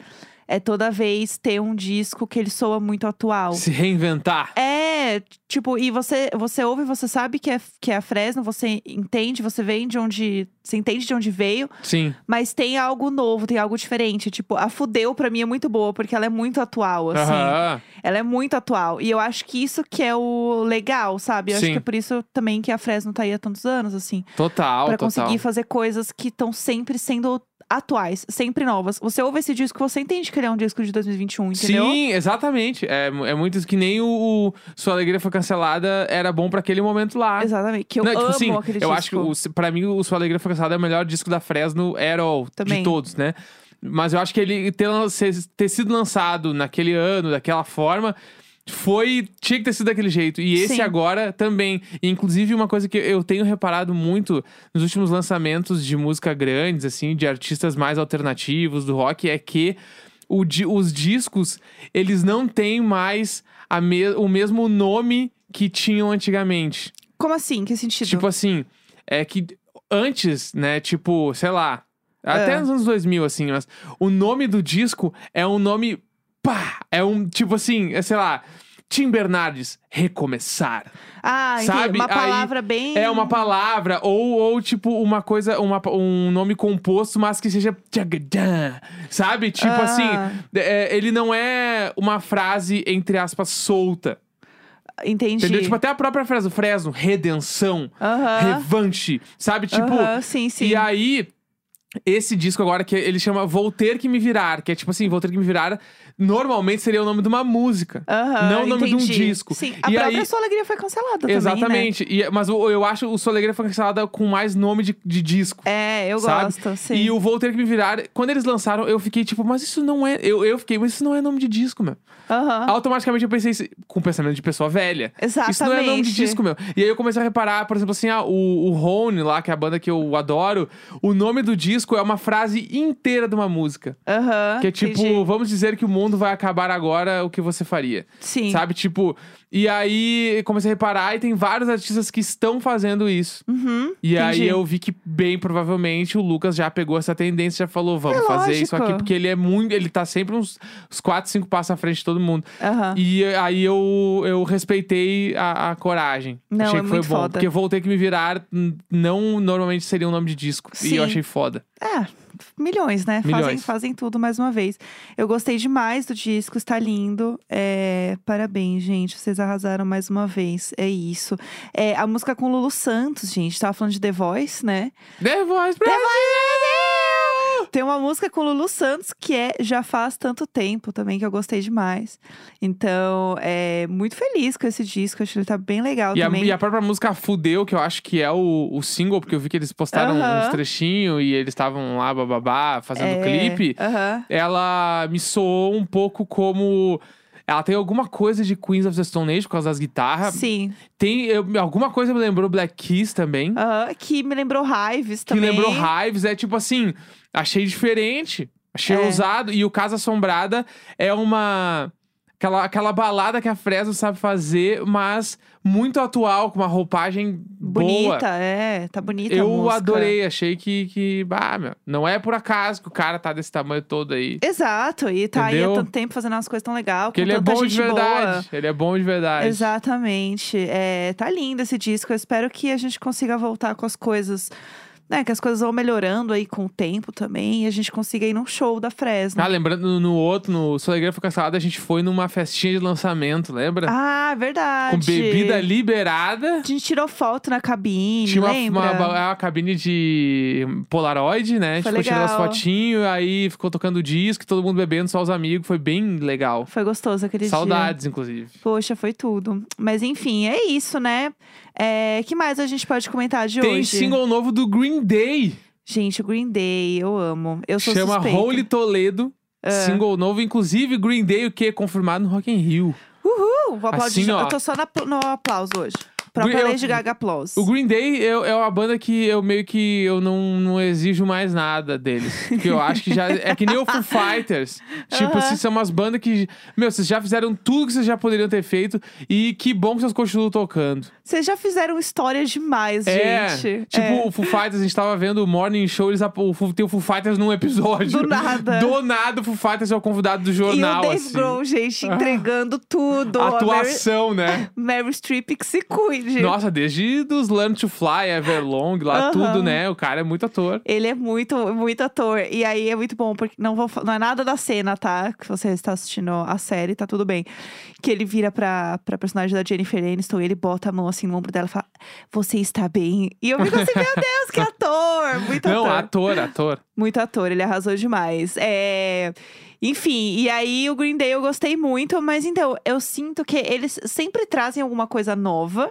[SPEAKER 2] é toda vez ter um disco que ele soa muito atual.
[SPEAKER 1] Se reinventar.
[SPEAKER 2] É, tipo, e você, você ouve, você sabe que é, que é a Fresno, você entende, você vem de onde. Você entende de onde veio,
[SPEAKER 1] Sim.
[SPEAKER 2] mas tem algo novo, tem algo diferente. Tipo, a Fudeu pra mim é muito boa, porque ela é muito atual, assim.
[SPEAKER 1] Aham.
[SPEAKER 2] Ela é muito atual. E eu acho que isso que é o legal, sabe? Eu
[SPEAKER 1] Sim.
[SPEAKER 2] acho que é por isso também que a Fresno tá aí há tantos anos, assim.
[SPEAKER 1] Total,
[SPEAKER 2] Pra
[SPEAKER 1] total.
[SPEAKER 2] conseguir fazer coisas que estão sempre sendo atuais, sempre novas. Você ouve esse disco, você entende que ele é um disco de 2021, entendeu?
[SPEAKER 1] Sim, exatamente. É, mu- é muito isso que nem o, o Sua Alegria Foi Cancelada era bom pra aquele momento lá.
[SPEAKER 2] Exatamente. Que eu
[SPEAKER 1] Não,
[SPEAKER 2] amo
[SPEAKER 1] tipo assim,
[SPEAKER 2] aquele
[SPEAKER 1] eu
[SPEAKER 2] disco.
[SPEAKER 1] acho que o, se- pra mim o Sua Alegria Foi Cancelada é o melhor disco da Fresno at all, de
[SPEAKER 2] Também.
[SPEAKER 1] todos, né? Mas eu acho que ele ter, lan- se- ter sido lançado naquele ano, daquela forma, foi. Tinha que ter sido daquele jeito. E esse
[SPEAKER 2] Sim.
[SPEAKER 1] agora também. E, inclusive, uma coisa que eu tenho reparado muito nos últimos lançamentos de música grandes, assim, de artistas mais alternativos do rock, é que o di- os discos, eles não têm mais a me- o mesmo nome que tinham antigamente.
[SPEAKER 2] Como assim? Que sentido?
[SPEAKER 1] Tipo assim, é que antes, né, tipo, sei lá, até
[SPEAKER 2] Ah.
[SPEAKER 1] nos anos 2000, assim, mas o nome do disco é um nome, pá, é um, tipo assim, é, sei lá, Tim Bernardes, recomeçar.
[SPEAKER 2] ah, entendi.
[SPEAKER 1] sabe?
[SPEAKER 2] uma
[SPEAKER 1] Aí
[SPEAKER 2] palavra bem.
[SPEAKER 1] É uma palavra, ou, ou tipo, uma coisa, uma, um nome composto, mas que seja, tchagadã, sabe? Tipo
[SPEAKER 2] Ah.
[SPEAKER 1] assim, é, ele não é uma frase, entre aspas, solta,
[SPEAKER 2] Entendi.
[SPEAKER 1] entendeu? Tipo, até a própria frase, Fresno, redenção,
[SPEAKER 2] Aham.
[SPEAKER 1] revanche, sabe? Tipo,
[SPEAKER 2] aham, sim, sim.
[SPEAKER 1] E aí, esse disco agora, que ele chama Vou Ter Que Me Virar, que é tipo assim, Vou Ter Que Me Virar, normalmente seria o nome de uma música.
[SPEAKER 2] Aham,
[SPEAKER 1] não o nome de um
[SPEAKER 2] entendi.
[SPEAKER 1] disco.
[SPEAKER 2] Sim, a
[SPEAKER 1] E
[SPEAKER 2] própria
[SPEAKER 1] aí-
[SPEAKER 2] sua alegria foi cancelada também, né?
[SPEAKER 1] Exatamente. E- mas o- eu acho o Sua Alegria foi cancelada com mais nome de, de disco.
[SPEAKER 2] É, eu
[SPEAKER 1] Sabe?
[SPEAKER 2] gosto, sim.
[SPEAKER 1] E o Vou Ter Que Me Virar, quando eles lançaram, eu fiquei tipo, mas isso não é. Eu, eu fiquei, mas isso não é nome de disco, meu.
[SPEAKER 2] Aham,
[SPEAKER 1] Automaticamente eu pensei, isso- com pensamento de pessoa velha.
[SPEAKER 2] Exatamente.
[SPEAKER 1] Isso não é nome de disco, meu. E aí eu comecei a reparar, por exemplo, assim, ah, o, o Rony lá, que é a banda que eu adoro, o nome do disco é uma frase inteira de uma música.
[SPEAKER 2] Aham,
[SPEAKER 1] Que é tipo,
[SPEAKER 2] Ah, entendi.
[SPEAKER 1] vamos dizer que o mundo vai acabar agora, o que você faria.
[SPEAKER 2] Sim.
[SPEAKER 1] Sabe? Tipo, e aí comecei a reparar e tem vários artistas que estão fazendo isso.
[SPEAKER 2] Uhum,
[SPEAKER 1] E
[SPEAKER 2] entendi.
[SPEAKER 1] aí eu vi que, bem provavelmente, o Lucas já pegou essa tendência e já falou: vamos
[SPEAKER 2] É
[SPEAKER 1] fazer isso
[SPEAKER 2] lógico.
[SPEAKER 1] aqui, porque ele é muito. Ele tá sempre uns 4, 5 passos à frente de todo mundo.
[SPEAKER 2] Aham.
[SPEAKER 1] E eh, aí eu, eu respeitei a, a coragem.
[SPEAKER 2] Não,
[SPEAKER 1] achei
[SPEAKER 2] é
[SPEAKER 1] que
[SPEAKER 2] muito
[SPEAKER 1] foi bom.
[SPEAKER 2] foda.
[SPEAKER 1] Porque voltei que me virar, n- não normalmente seria um nome de disco. E
[SPEAKER 2] Sim.
[SPEAKER 1] eu achei foda.
[SPEAKER 2] Ah, milhões, né? Fazem,
[SPEAKER 1] Milhões.
[SPEAKER 2] fazem tudo mais uma vez. Eu gostei demais do disco, está lindo. É, parabéns, gente. Vocês arrasaram mais uma vez. É isso. É, a música com Lulu Santos, gente. Tava falando de The Voice, né?
[SPEAKER 1] The Voice Brasil!
[SPEAKER 2] Tem uma música com Lulu Santos que é Já Faz Tanto Tempo também, que eu gostei demais. Então, é muito feliz com esse disco. Acho que ele tá bem legal
[SPEAKER 1] E a,
[SPEAKER 2] também.
[SPEAKER 1] e a própria música Fudeu, que eu acho que é o, o single, porque eu vi que eles postaram
[SPEAKER 2] Aham.
[SPEAKER 1] uns trechinhos e eles estavam lá, bababá, fazendo
[SPEAKER 2] É,
[SPEAKER 1] clipe.
[SPEAKER 2] aham.
[SPEAKER 1] Ela me soou um pouco como. Ela tem alguma coisa de Queens of the Stone Age por causa das guitarras.
[SPEAKER 2] Sim.
[SPEAKER 1] Tem eu- alguma coisa me lembrou Black Keys também.
[SPEAKER 2] Aham, que me lembrou Hives
[SPEAKER 1] que
[SPEAKER 2] também.
[SPEAKER 1] lembrou Hives. É tipo assim, achei diferente. Achei
[SPEAKER 2] É.
[SPEAKER 1] ousado. E o Casa Assombrada é uma. Aquela, aquela balada que a Fresno sabe fazer, mas muito atual, com uma roupagem boa.
[SPEAKER 2] Bonita, é. Tá bonita a
[SPEAKER 1] Eu
[SPEAKER 2] música.
[SPEAKER 1] adorei, achei que, que. Ah, meu. Não é por acaso que o cara tá desse tamanho todo aí.
[SPEAKER 2] Exato, e tá aí
[SPEAKER 1] Entendeu?
[SPEAKER 2] há tanto tempo fazendo umas coisas tão legais.
[SPEAKER 1] Porque ele é bom de verdade.
[SPEAKER 2] Boa.
[SPEAKER 1] Ele é bom de verdade.
[SPEAKER 2] Exatamente. É, tá lindo esse disco. Eu espero que a gente consiga voltar com as coisas. Né, que as coisas vão melhorando aí com o tempo também. E a gente consiga ir num show da Fresno.
[SPEAKER 1] Ah, lembrando, no, no outro, no Solegrão foi cancelado, a gente foi numa festinha de lançamento, lembra?
[SPEAKER 2] Ah, verdade.
[SPEAKER 1] Com bebida liberada.
[SPEAKER 2] A gente tirou foto na cabine,
[SPEAKER 1] Tinha uma,
[SPEAKER 2] lembra?
[SPEAKER 1] uma, ba- uma cabine de Polaroid, né? A gente
[SPEAKER 2] Foi
[SPEAKER 1] ficou tirando as
[SPEAKER 2] legal.
[SPEAKER 1] fotinhos, aí ficou tocando disco, todo mundo bebendo, só os amigos. Foi bem legal.
[SPEAKER 2] Foi gostoso aquele dia.
[SPEAKER 1] Saudades, inclusive.
[SPEAKER 2] Poxa, foi tudo. Mas enfim, é isso, né? É, que mais a gente pode comentar de
[SPEAKER 1] Tem
[SPEAKER 2] hoje?
[SPEAKER 1] single novo do Green Day.
[SPEAKER 2] Gente, o Green Day, eu amo. Eu sou
[SPEAKER 1] chama
[SPEAKER 2] suspeita. Ah.
[SPEAKER 1] Holy Toledo. Single novo, inclusive Green Day, o que é confirmado no Rock in Rio.
[SPEAKER 2] Uhul! Vou aplaudir.
[SPEAKER 1] Assim, ó.
[SPEAKER 2] eu tô só na pl- no aplauso hoje. Pra
[SPEAKER 1] Gui-
[SPEAKER 2] falar
[SPEAKER 1] eu-
[SPEAKER 2] de Gaga Aplausos.
[SPEAKER 1] O Green Day eu- é uma banda que eu meio que eu não, não exijo mais nada deles. Porque eu acho que já. É que nem o Foo Fighters. Tipo,
[SPEAKER 2] Aham.
[SPEAKER 1] assim, são umas bandas que. Meu, vocês já fizeram tudo que vocês já poderiam ter feito. E que bom que vocês continuam tocando.
[SPEAKER 2] Vocês já fizeram história demais,
[SPEAKER 1] É.
[SPEAKER 2] gente.
[SPEAKER 1] Tipo,
[SPEAKER 2] É.
[SPEAKER 1] o Foo Fighters, a gente tava vendo o Morning Show, eles, ap- o Foo- tem o Foo Fighters num episódio.
[SPEAKER 2] Do nada.
[SPEAKER 1] Do nada, o Foo Fighters é o convidado do
[SPEAKER 2] E
[SPEAKER 1] jornal,
[SPEAKER 2] o Dave
[SPEAKER 1] assim.
[SPEAKER 2] Grohl, gente, entregando tudo. A
[SPEAKER 1] Atuação, né?
[SPEAKER 2] Mary, Mary Streep que se cuide.
[SPEAKER 1] Nossa, desde dos Learn to Fly, Everlong, lá
[SPEAKER 2] Aham.
[SPEAKER 1] tudo, né? O cara é muito ator.
[SPEAKER 2] Ele é muito, muito ator. E aí é muito bom, porque não, vou, fa- não é nada da cena, tá? Que você está assistindo a série, tá tudo bem. Que ele vira pra, pra personagem da Jennifer Aniston, ele bota a mão assim no ombro dela e fala: Você está bem? E eu fico assim: Meu Deus, que ator! Muito
[SPEAKER 1] Não,
[SPEAKER 2] ator.
[SPEAKER 1] ator, ator.
[SPEAKER 2] Muito ator, ele arrasou demais. É... Enfim, e aí o Green Day eu gostei muito, mas então, eu sinto que eles sempre trazem alguma coisa nova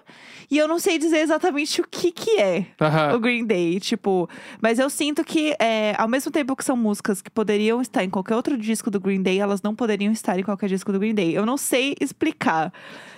[SPEAKER 2] e eu não sei dizer exatamente o que que é
[SPEAKER 1] Aham.
[SPEAKER 2] o Green Day, tipo. Mas eu sinto que, é, ao mesmo tempo que são músicas que poderiam estar em qualquer outro disco do Green Day, elas não poderiam estar em qualquer disco do Green Day. Eu não sei explicar,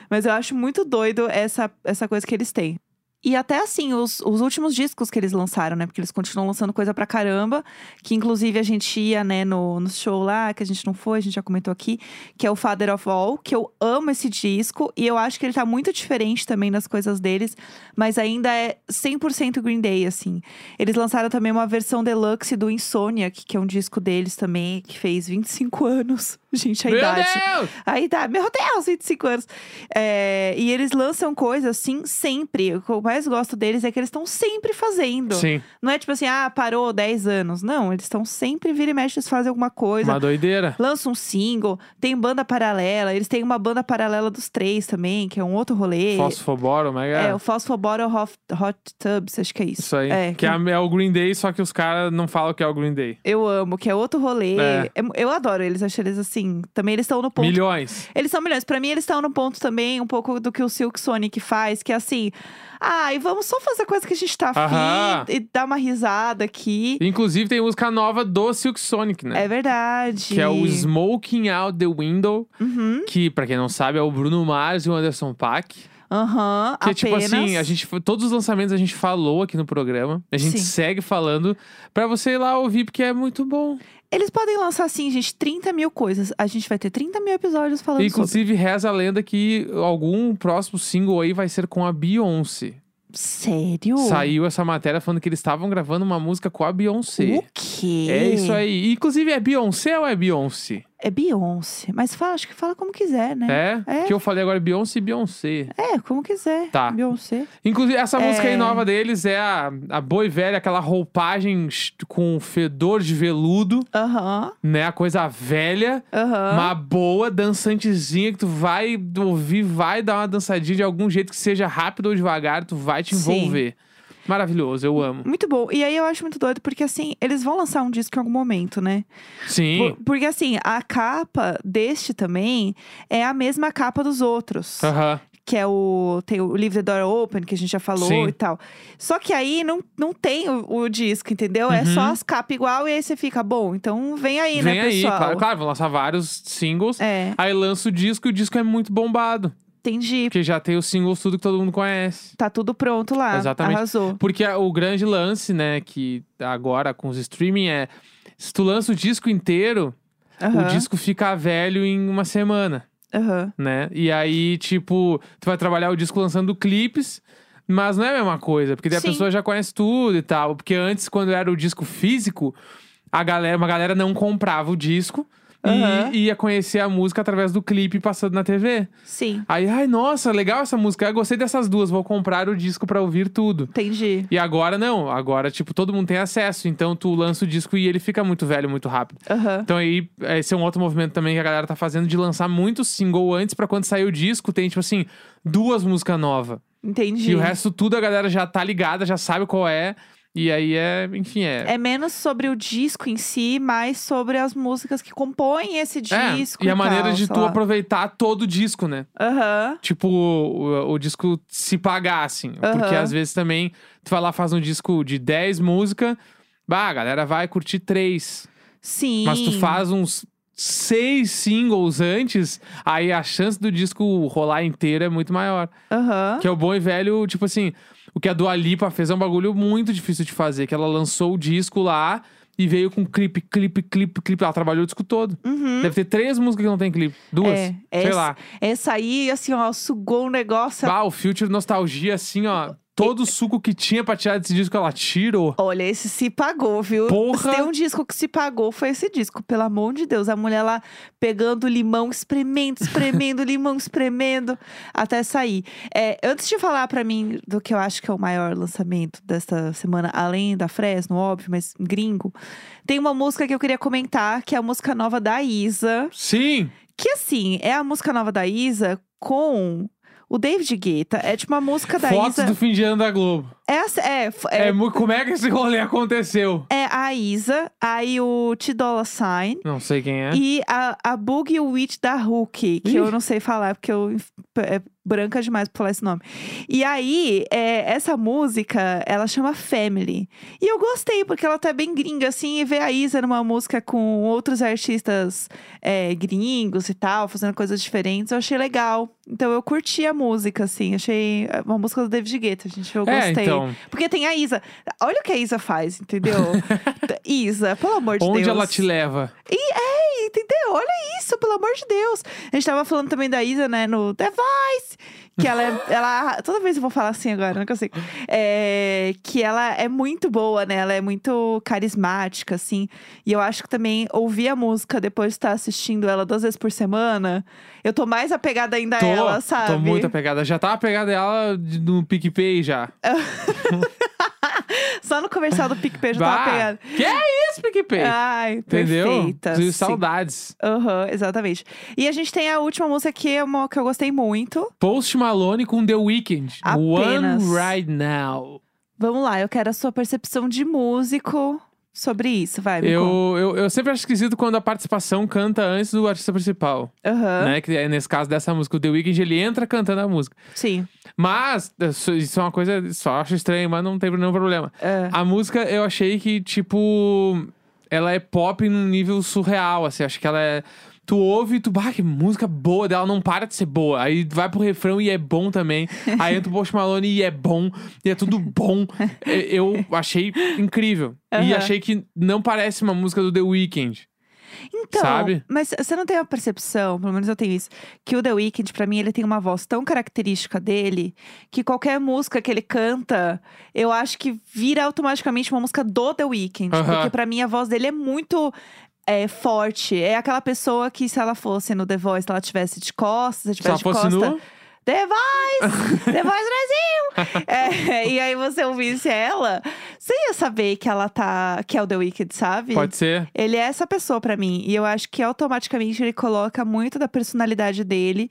[SPEAKER 2] mas eu acho muito doido essa, essa coisa que eles têm. E até assim, os, os últimos discos que eles lançaram, né? Porque eles continuam lançando coisa pra caramba. Que inclusive a gente ia, né, no, no show lá, que a gente não foi, a gente já comentou aqui, que é o Father of All, que eu amo esse disco. E eu acho que ele tá muito diferente também das coisas deles mas ainda é 100% Green Day, assim. Eles lançaram também uma versão deluxe do Insomniac, que é um disco deles também, que fez 25 anos. Gente, a
[SPEAKER 1] Meu
[SPEAKER 2] idade.
[SPEAKER 1] Deus!
[SPEAKER 2] Aí tá, meu Deus, 25 anos. É, e eles lançam coisas assim sempre. O que eu mais gosto deles é que eles estão sempre fazendo.
[SPEAKER 1] Sim,
[SPEAKER 2] Não é tipo assim, ah, parou 10 anos. Não, eles estão sempre, vira e mexe, eles fazem alguma coisa
[SPEAKER 1] uma doideira.
[SPEAKER 2] lança um single, tem banda paralela, eles têm uma banda paralela dos três também, que é um outro rolê.
[SPEAKER 1] Fosfoboro, mega.
[SPEAKER 2] É, o Phosphoboro Hot, Hot Tubs, acho que é isso.
[SPEAKER 1] Isso aí.
[SPEAKER 2] É,
[SPEAKER 1] que é, a- é o Green Day, só que os caras não falam que é o Green Day.
[SPEAKER 2] Eu amo, que é outro rolê.
[SPEAKER 1] É.
[SPEAKER 2] É mu- Eu adoro eles, acho eles assim. Também eles estão no ponto.
[SPEAKER 1] Milhões.
[SPEAKER 2] Eles são milhões. Pra mim, eles estão no ponto também, um pouco do que o Silk Sonic faz, que é assim. Ai, vamos só fazer a coisa que a gente tá
[SPEAKER 1] Aham.
[SPEAKER 2] afim e dar uma risada aqui.
[SPEAKER 1] Inclusive, tem música nova do Silk Sonic, né?
[SPEAKER 2] É verdade.
[SPEAKER 1] Que é o Smoking Out the Window,
[SPEAKER 2] Uhum.
[SPEAKER 1] que, pra quem não sabe, é o Bruno Mars e o Anderson Paak.
[SPEAKER 2] Aham.
[SPEAKER 1] Que é
[SPEAKER 2] apenas.
[SPEAKER 1] tipo assim, a gente, todos os lançamentos a gente falou aqui no programa. A gente
[SPEAKER 2] Sim.
[SPEAKER 1] segue falando pra você ir lá ouvir, porque é muito bom.
[SPEAKER 2] Eles podem lançar, assim, gente, 30 mil coisas. A gente vai ter 30 mil episódios falando
[SPEAKER 1] E,
[SPEAKER 2] sobre.
[SPEAKER 1] inclusive, reza a lenda que algum próximo single aí vai ser com a Beyoncé.
[SPEAKER 2] Sério?
[SPEAKER 1] Saiu essa matéria falando que eles estavam gravando uma música com a Beyoncé.
[SPEAKER 2] O quê?
[SPEAKER 1] É isso aí. Inclusive, é Beyoncé ou é Beyoncé?
[SPEAKER 2] É Beyoncé. Mas fala, acho que fala como quiser, né?
[SPEAKER 1] É?
[SPEAKER 2] É.
[SPEAKER 1] Que eu falei agora Beyoncé e Beyoncé.
[SPEAKER 2] É, como quiser.
[SPEAKER 1] Tá.
[SPEAKER 2] Beyoncé.
[SPEAKER 1] Inclusive, essa música aí
[SPEAKER 2] É.
[SPEAKER 1] nova deles é a, a boi velha, aquela roupagem ch- com fedor de veludo,
[SPEAKER 2] Aham,
[SPEAKER 1] né? A coisa velha,
[SPEAKER 2] aham.
[SPEAKER 1] uma boa, dançantezinha, que tu vai ouvir, vai dar uma dançadinha de algum jeito que seja rápido ou devagar, tu vai te
[SPEAKER 2] Sim.
[SPEAKER 1] envolver. Maravilhoso, eu amo.
[SPEAKER 2] Muito bom. E aí eu acho muito doido, porque assim, eles vão lançar um disco em algum momento, né?
[SPEAKER 1] Sim.
[SPEAKER 2] Por- porque assim, a capa deste também é a mesma capa dos outros.
[SPEAKER 1] Aham.
[SPEAKER 2] Que é o. Tem o Leave the Door Open, que a gente já falou
[SPEAKER 1] Sim.
[SPEAKER 2] e tal. Só que aí não, não tem o, o disco, entendeu? É
[SPEAKER 1] Uhum.
[SPEAKER 2] só as capas igual e aí você fica, bom, então vem aí,
[SPEAKER 1] Vem
[SPEAKER 2] né,
[SPEAKER 1] aí,
[SPEAKER 2] pessoal?
[SPEAKER 1] claro, claro, vão lançar vários singles.
[SPEAKER 2] É,
[SPEAKER 1] Aí lança o disco e o disco é muito bombado.
[SPEAKER 2] entendi.
[SPEAKER 1] Porque já tem os singles tudo que todo mundo conhece.
[SPEAKER 2] Tá tudo pronto lá.
[SPEAKER 1] Exatamente.
[SPEAKER 2] Arrasou.
[SPEAKER 1] Porque a- o grande lance, né, que agora com os streaming é. Se tu lança o disco inteiro,
[SPEAKER 2] Aham,
[SPEAKER 1] o disco fica velho em uma semana,
[SPEAKER 2] aham.
[SPEAKER 1] né? E aí, tipo, tu vai trabalhar o disco lançando clipes, mas não é a mesma coisa, porque daí a
[SPEAKER 2] Sim.
[SPEAKER 1] pessoa já conhece tudo e tal. Porque antes, quando era o disco físico, a galera, uma galera não comprava o disco. e-
[SPEAKER 2] Aham.
[SPEAKER 1] E ia conhecer a música através do clipe passando na TV.
[SPEAKER 2] Sim,
[SPEAKER 1] Aí, ai, nossa, legal essa música. Eu gostei dessas duas, vou comprar o disco pra ouvir tudo.
[SPEAKER 2] entendi.
[SPEAKER 1] E agora não, agora, tipo, todo mundo tem acesso. Então tu lança o disco e ele fica muito velho, muito rápido.
[SPEAKER 2] Aham.
[SPEAKER 1] Então aí, esse é um outro movimento também que a galera tá fazendo de lançar muito single antes pra quando sair o disco, tem, tipo assim, duas músicas novas.
[SPEAKER 2] Entendi.
[SPEAKER 1] E o resto é- tudo a galera já tá ligada, já sabe qual é. E aí é, enfim, é.
[SPEAKER 2] É menos sobre o disco em si, mais sobre as músicas que compõem esse É disco.
[SPEAKER 1] É, e a
[SPEAKER 2] tal,
[SPEAKER 1] maneira de
[SPEAKER 2] sei
[SPEAKER 1] tu
[SPEAKER 2] lá.
[SPEAKER 1] aproveitar todo o disco, né?
[SPEAKER 2] Aham.
[SPEAKER 1] Tipo, o, o disco se pagar, assim. Porque
[SPEAKER 2] Aham.
[SPEAKER 1] às vezes também, tu vai lá, faz um disco de 10 músicas, bah, a galera vai curtir três.
[SPEAKER 2] Sim.
[SPEAKER 1] Mas tu faz uns seis singles antes, aí a chance do disco rolar inteiro é muito maior.
[SPEAKER 2] Aham.
[SPEAKER 1] Que é o bom e velho, tipo assim, o que a Dua Lipa fez é um bagulho muito difícil de fazer, que ela lançou o disco lá e veio com clipe, clipe, clipe, clipe. Ela trabalhou o disco todo.
[SPEAKER 2] Uhum.
[SPEAKER 1] Deve ter três músicas que não tem clipe. é Duas?
[SPEAKER 2] É,
[SPEAKER 1] sei
[SPEAKER 2] essa-
[SPEAKER 1] lá.
[SPEAKER 2] Essa aí, assim, ó, sugou o negócio.
[SPEAKER 1] Ah, o Future Nostalgia, assim, ó. Todo o suco que tinha pra tirar desse disco, ela tirou.
[SPEAKER 2] Olha, esse se pagou, viu?
[SPEAKER 1] Porra!
[SPEAKER 2] Se tem um disco que se pagou, foi esse disco, pelo amor de Deus. A mulher lá pegando limão, espremendo, espremendo, limão, espremendo, até sair. É, antes de falar pra mim do que eu acho que é o maior lançamento desta semana, além da Fresno, óbvio, mas gringo, tem uma música que eu queria comentar, que é a música nova da Isa.
[SPEAKER 1] Sim!
[SPEAKER 2] Que assim, é a música nova da Isa com. O David Guetta é tipo uma música da
[SPEAKER 1] Fotos
[SPEAKER 2] Isa.
[SPEAKER 1] do fim de ano da Globo.
[SPEAKER 2] É, a- é,
[SPEAKER 1] É.
[SPEAKER 2] é
[SPEAKER 1] mu- como é que esse rolê aconteceu?
[SPEAKER 2] É a Isa, aí o Tidola Sign
[SPEAKER 1] Não sei quem é.
[SPEAKER 2] e a, a Bug Witch da Hulk, que
[SPEAKER 1] Ih.
[SPEAKER 2] eu não sei falar, porque eu inf- é branca demais pra falar esse nome. E aí, é, essa música, ela chama Family. E eu gostei, porque ela tá bem gringa, assim, e ver a Isa numa música com outros artistas é, gringos e tal, fazendo coisas diferentes, eu achei legal. Então eu curti a música, assim, achei é uma música do David Guetta, gente, eu
[SPEAKER 1] é,
[SPEAKER 2] gostei.
[SPEAKER 1] então.
[SPEAKER 2] Porque tem a Isa. Olha o que a Isa faz, entendeu? T- Isa, pelo amor de
[SPEAKER 1] Onde
[SPEAKER 2] Deus.
[SPEAKER 1] ela te leva?
[SPEAKER 2] Ei, entendeu? Olha isso, pelo amor de Deus. A gente tava falando também da Isa, né, no The Voice. Que ela é. ela, toda vez eu vou falar assim agora, não consigo. É, que ela é muito boa, né? Ela é muito carismática, assim. E eu acho que também ouvir a música depois de estar assistindo ela duas vezes por semana, eu tô mais apegada ainda
[SPEAKER 1] tô,
[SPEAKER 2] a É, ela, sabe?
[SPEAKER 1] tô muito apegada. Já tava apegada ela de- no PicPay já.
[SPEAKER 2] Só no comercial do PicPay eu já
[SPEAKER 1] Bah,
[SPEAKER 2] tava apegada.
[SPEAKER 1] Que é isso, PicPay?
[SPEAKER 2] Ai,
[SPEAKER 1] Entendeu?
[SPEAKER 2] perfeita.
[SPEAKER 1] Tenho
[SPEAKER 2] sim.
[SPEAKER 1] Saudades.
[SPEAKER 2] Aham, exatamente. E a gente tem a última música que, é uma, que eu gostei muito.
[SPEAKER 1] Post Malone com The Weeknd.
[SPEAKER 2] Apenas.
[SPEAKER 1] One Right Now.
[SPEAKER 2] Vamos lá, eu quero a sua percepção de músico sobre isso, vai. É, me conta.
[SPEAKER 1] Eu, eu, eu sempre acho esquisito quando a participação canta antes do artista principal.
[SPEAKER 2] Aham,
[SPEAKER 1] Né? Que é nesse caso dessa música, o The Weeknd, ele entra cantando a música.
[SPEAKER 2] Sim.
[SPEAKER 1] Mas, isso isso é uma coisa, só acho estranho, mas não tem nenhum problema.
[SPEAKER 2] É.
[SPEAKER 1] A música eu achei que, tipo, ela é pop num nível surreal, assim. Acho que ela é. Tu ouve e tu, bah, que música boa dela, não para de ser boa. Aí vai pro refrão e é bom também. Aí entra o Post Malone e é bom. E é tudo bom. É, Eu achei incrível. E
[SPEAKER 2] Aham.
[SPEAKER 1] achei que não parece uma música do The Weeknd.
[SPEAKER 2] Então,
[SPEAKER 1] Sabe?
[SPEAKER 2] mas você não tem a percepção, pelo menos eu tenho isso, que o The Weeknd, pra mim, ele tem uma voz tão característica dele que qualquer música que ele canta, eu acho que vira automaticamente uma música do The Weeknd.
[SPEAKER 1] Aham.
[SPEAKER 2] Porque pra mim a voz dele é muito é, forte. É aquela pessoa que, se ela fosse no The Voice, ela tivesse de costas, se
[SPEAKER 1] Se ela
[SPEAKER 2] tivesse de
[SPEAKER 1] fosse
[SPEAKER 2] costas.
[SPEAKER 1] nua,
[SPEAKER 2] The Voice! The Voice Brasil! É, e aí você ouvisse ela, você ia saber que ela tá. que é o The Wicked, sabe?
[SPEAKER 1] pode ser.
[SPEAKER 2] Ele é essa pessoa pra mim. E eu acho que automaticamente ele coloca muito da personalidade dele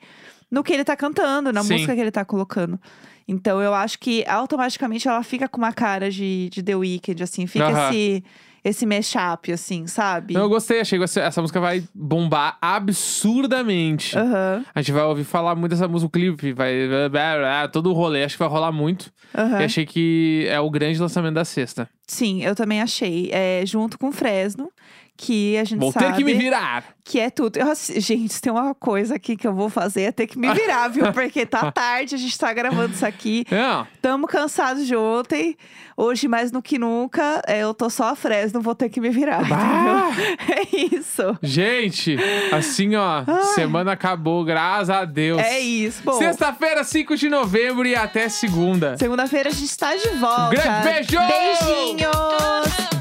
[SPEAKER 2] no que ele tá cantando, na
[SPEAKER 1] Sim.
[SPEAKER 2] música que ele tá colocando. Então eu acho que automaticamente ela fica com uma cara de, de The Wicked, assim, fica
[SPEAKER 1] Aham.
[SPEAKER 2] esse, esse mashup, assim, sabe?
[SPEAKER 1] Não, eu gostei, achei que essa, essa música vai bombar absurdamente.
[SPEAKER 2] Aham,
[SPEAKER 1] A gente vai ouvir falar muito dessa música, o clipe, vai. blá, blá, blá, Todo o rolê, acho que vai rolar muito.
[SPEAKER 2] aham.
[SPEAKER 1] E achei que é o grande lançamento da sexta.
[SPEAKER 2] Sim, eu também achei. É, junto com Fresno, que a gente
[SPEAKER 1] Vou
[SPEAKER 2] sabe
[SPEAKER 1] ter que me virar.
[SPEAKER 2] que é tudo. Eu assi- gente, se tem uma coisa aqui que eu vou fazer é ter que me virar, viu? Porque tá tarde, a gente tá gravando isso aqui.
[SPEAKER 1] Não,
[SPEAKER 2] Tamo cansados de ontem. Hoje, mais do que nunca, é, eu tô só a Fresno, vou ter que me virar.
[SPEAKER 1] Bah!
[SPEAKER 2] entendeu? É isso.
[SPEAKER 1] gente, assim ó, semana acabou, graças a Deus.
[SPEAKER 2] É isso. Bom,
[SPEAKER 1] Sexta-feira, 5 de novembro e até segunda.
[SPEAKER 2] segunda-feira a gente tá de volta.
[SPEAKER 1] Grande beijo!
[SPEAKER 2] Beijinhos!
[SPEAKER 3] Beijinhos!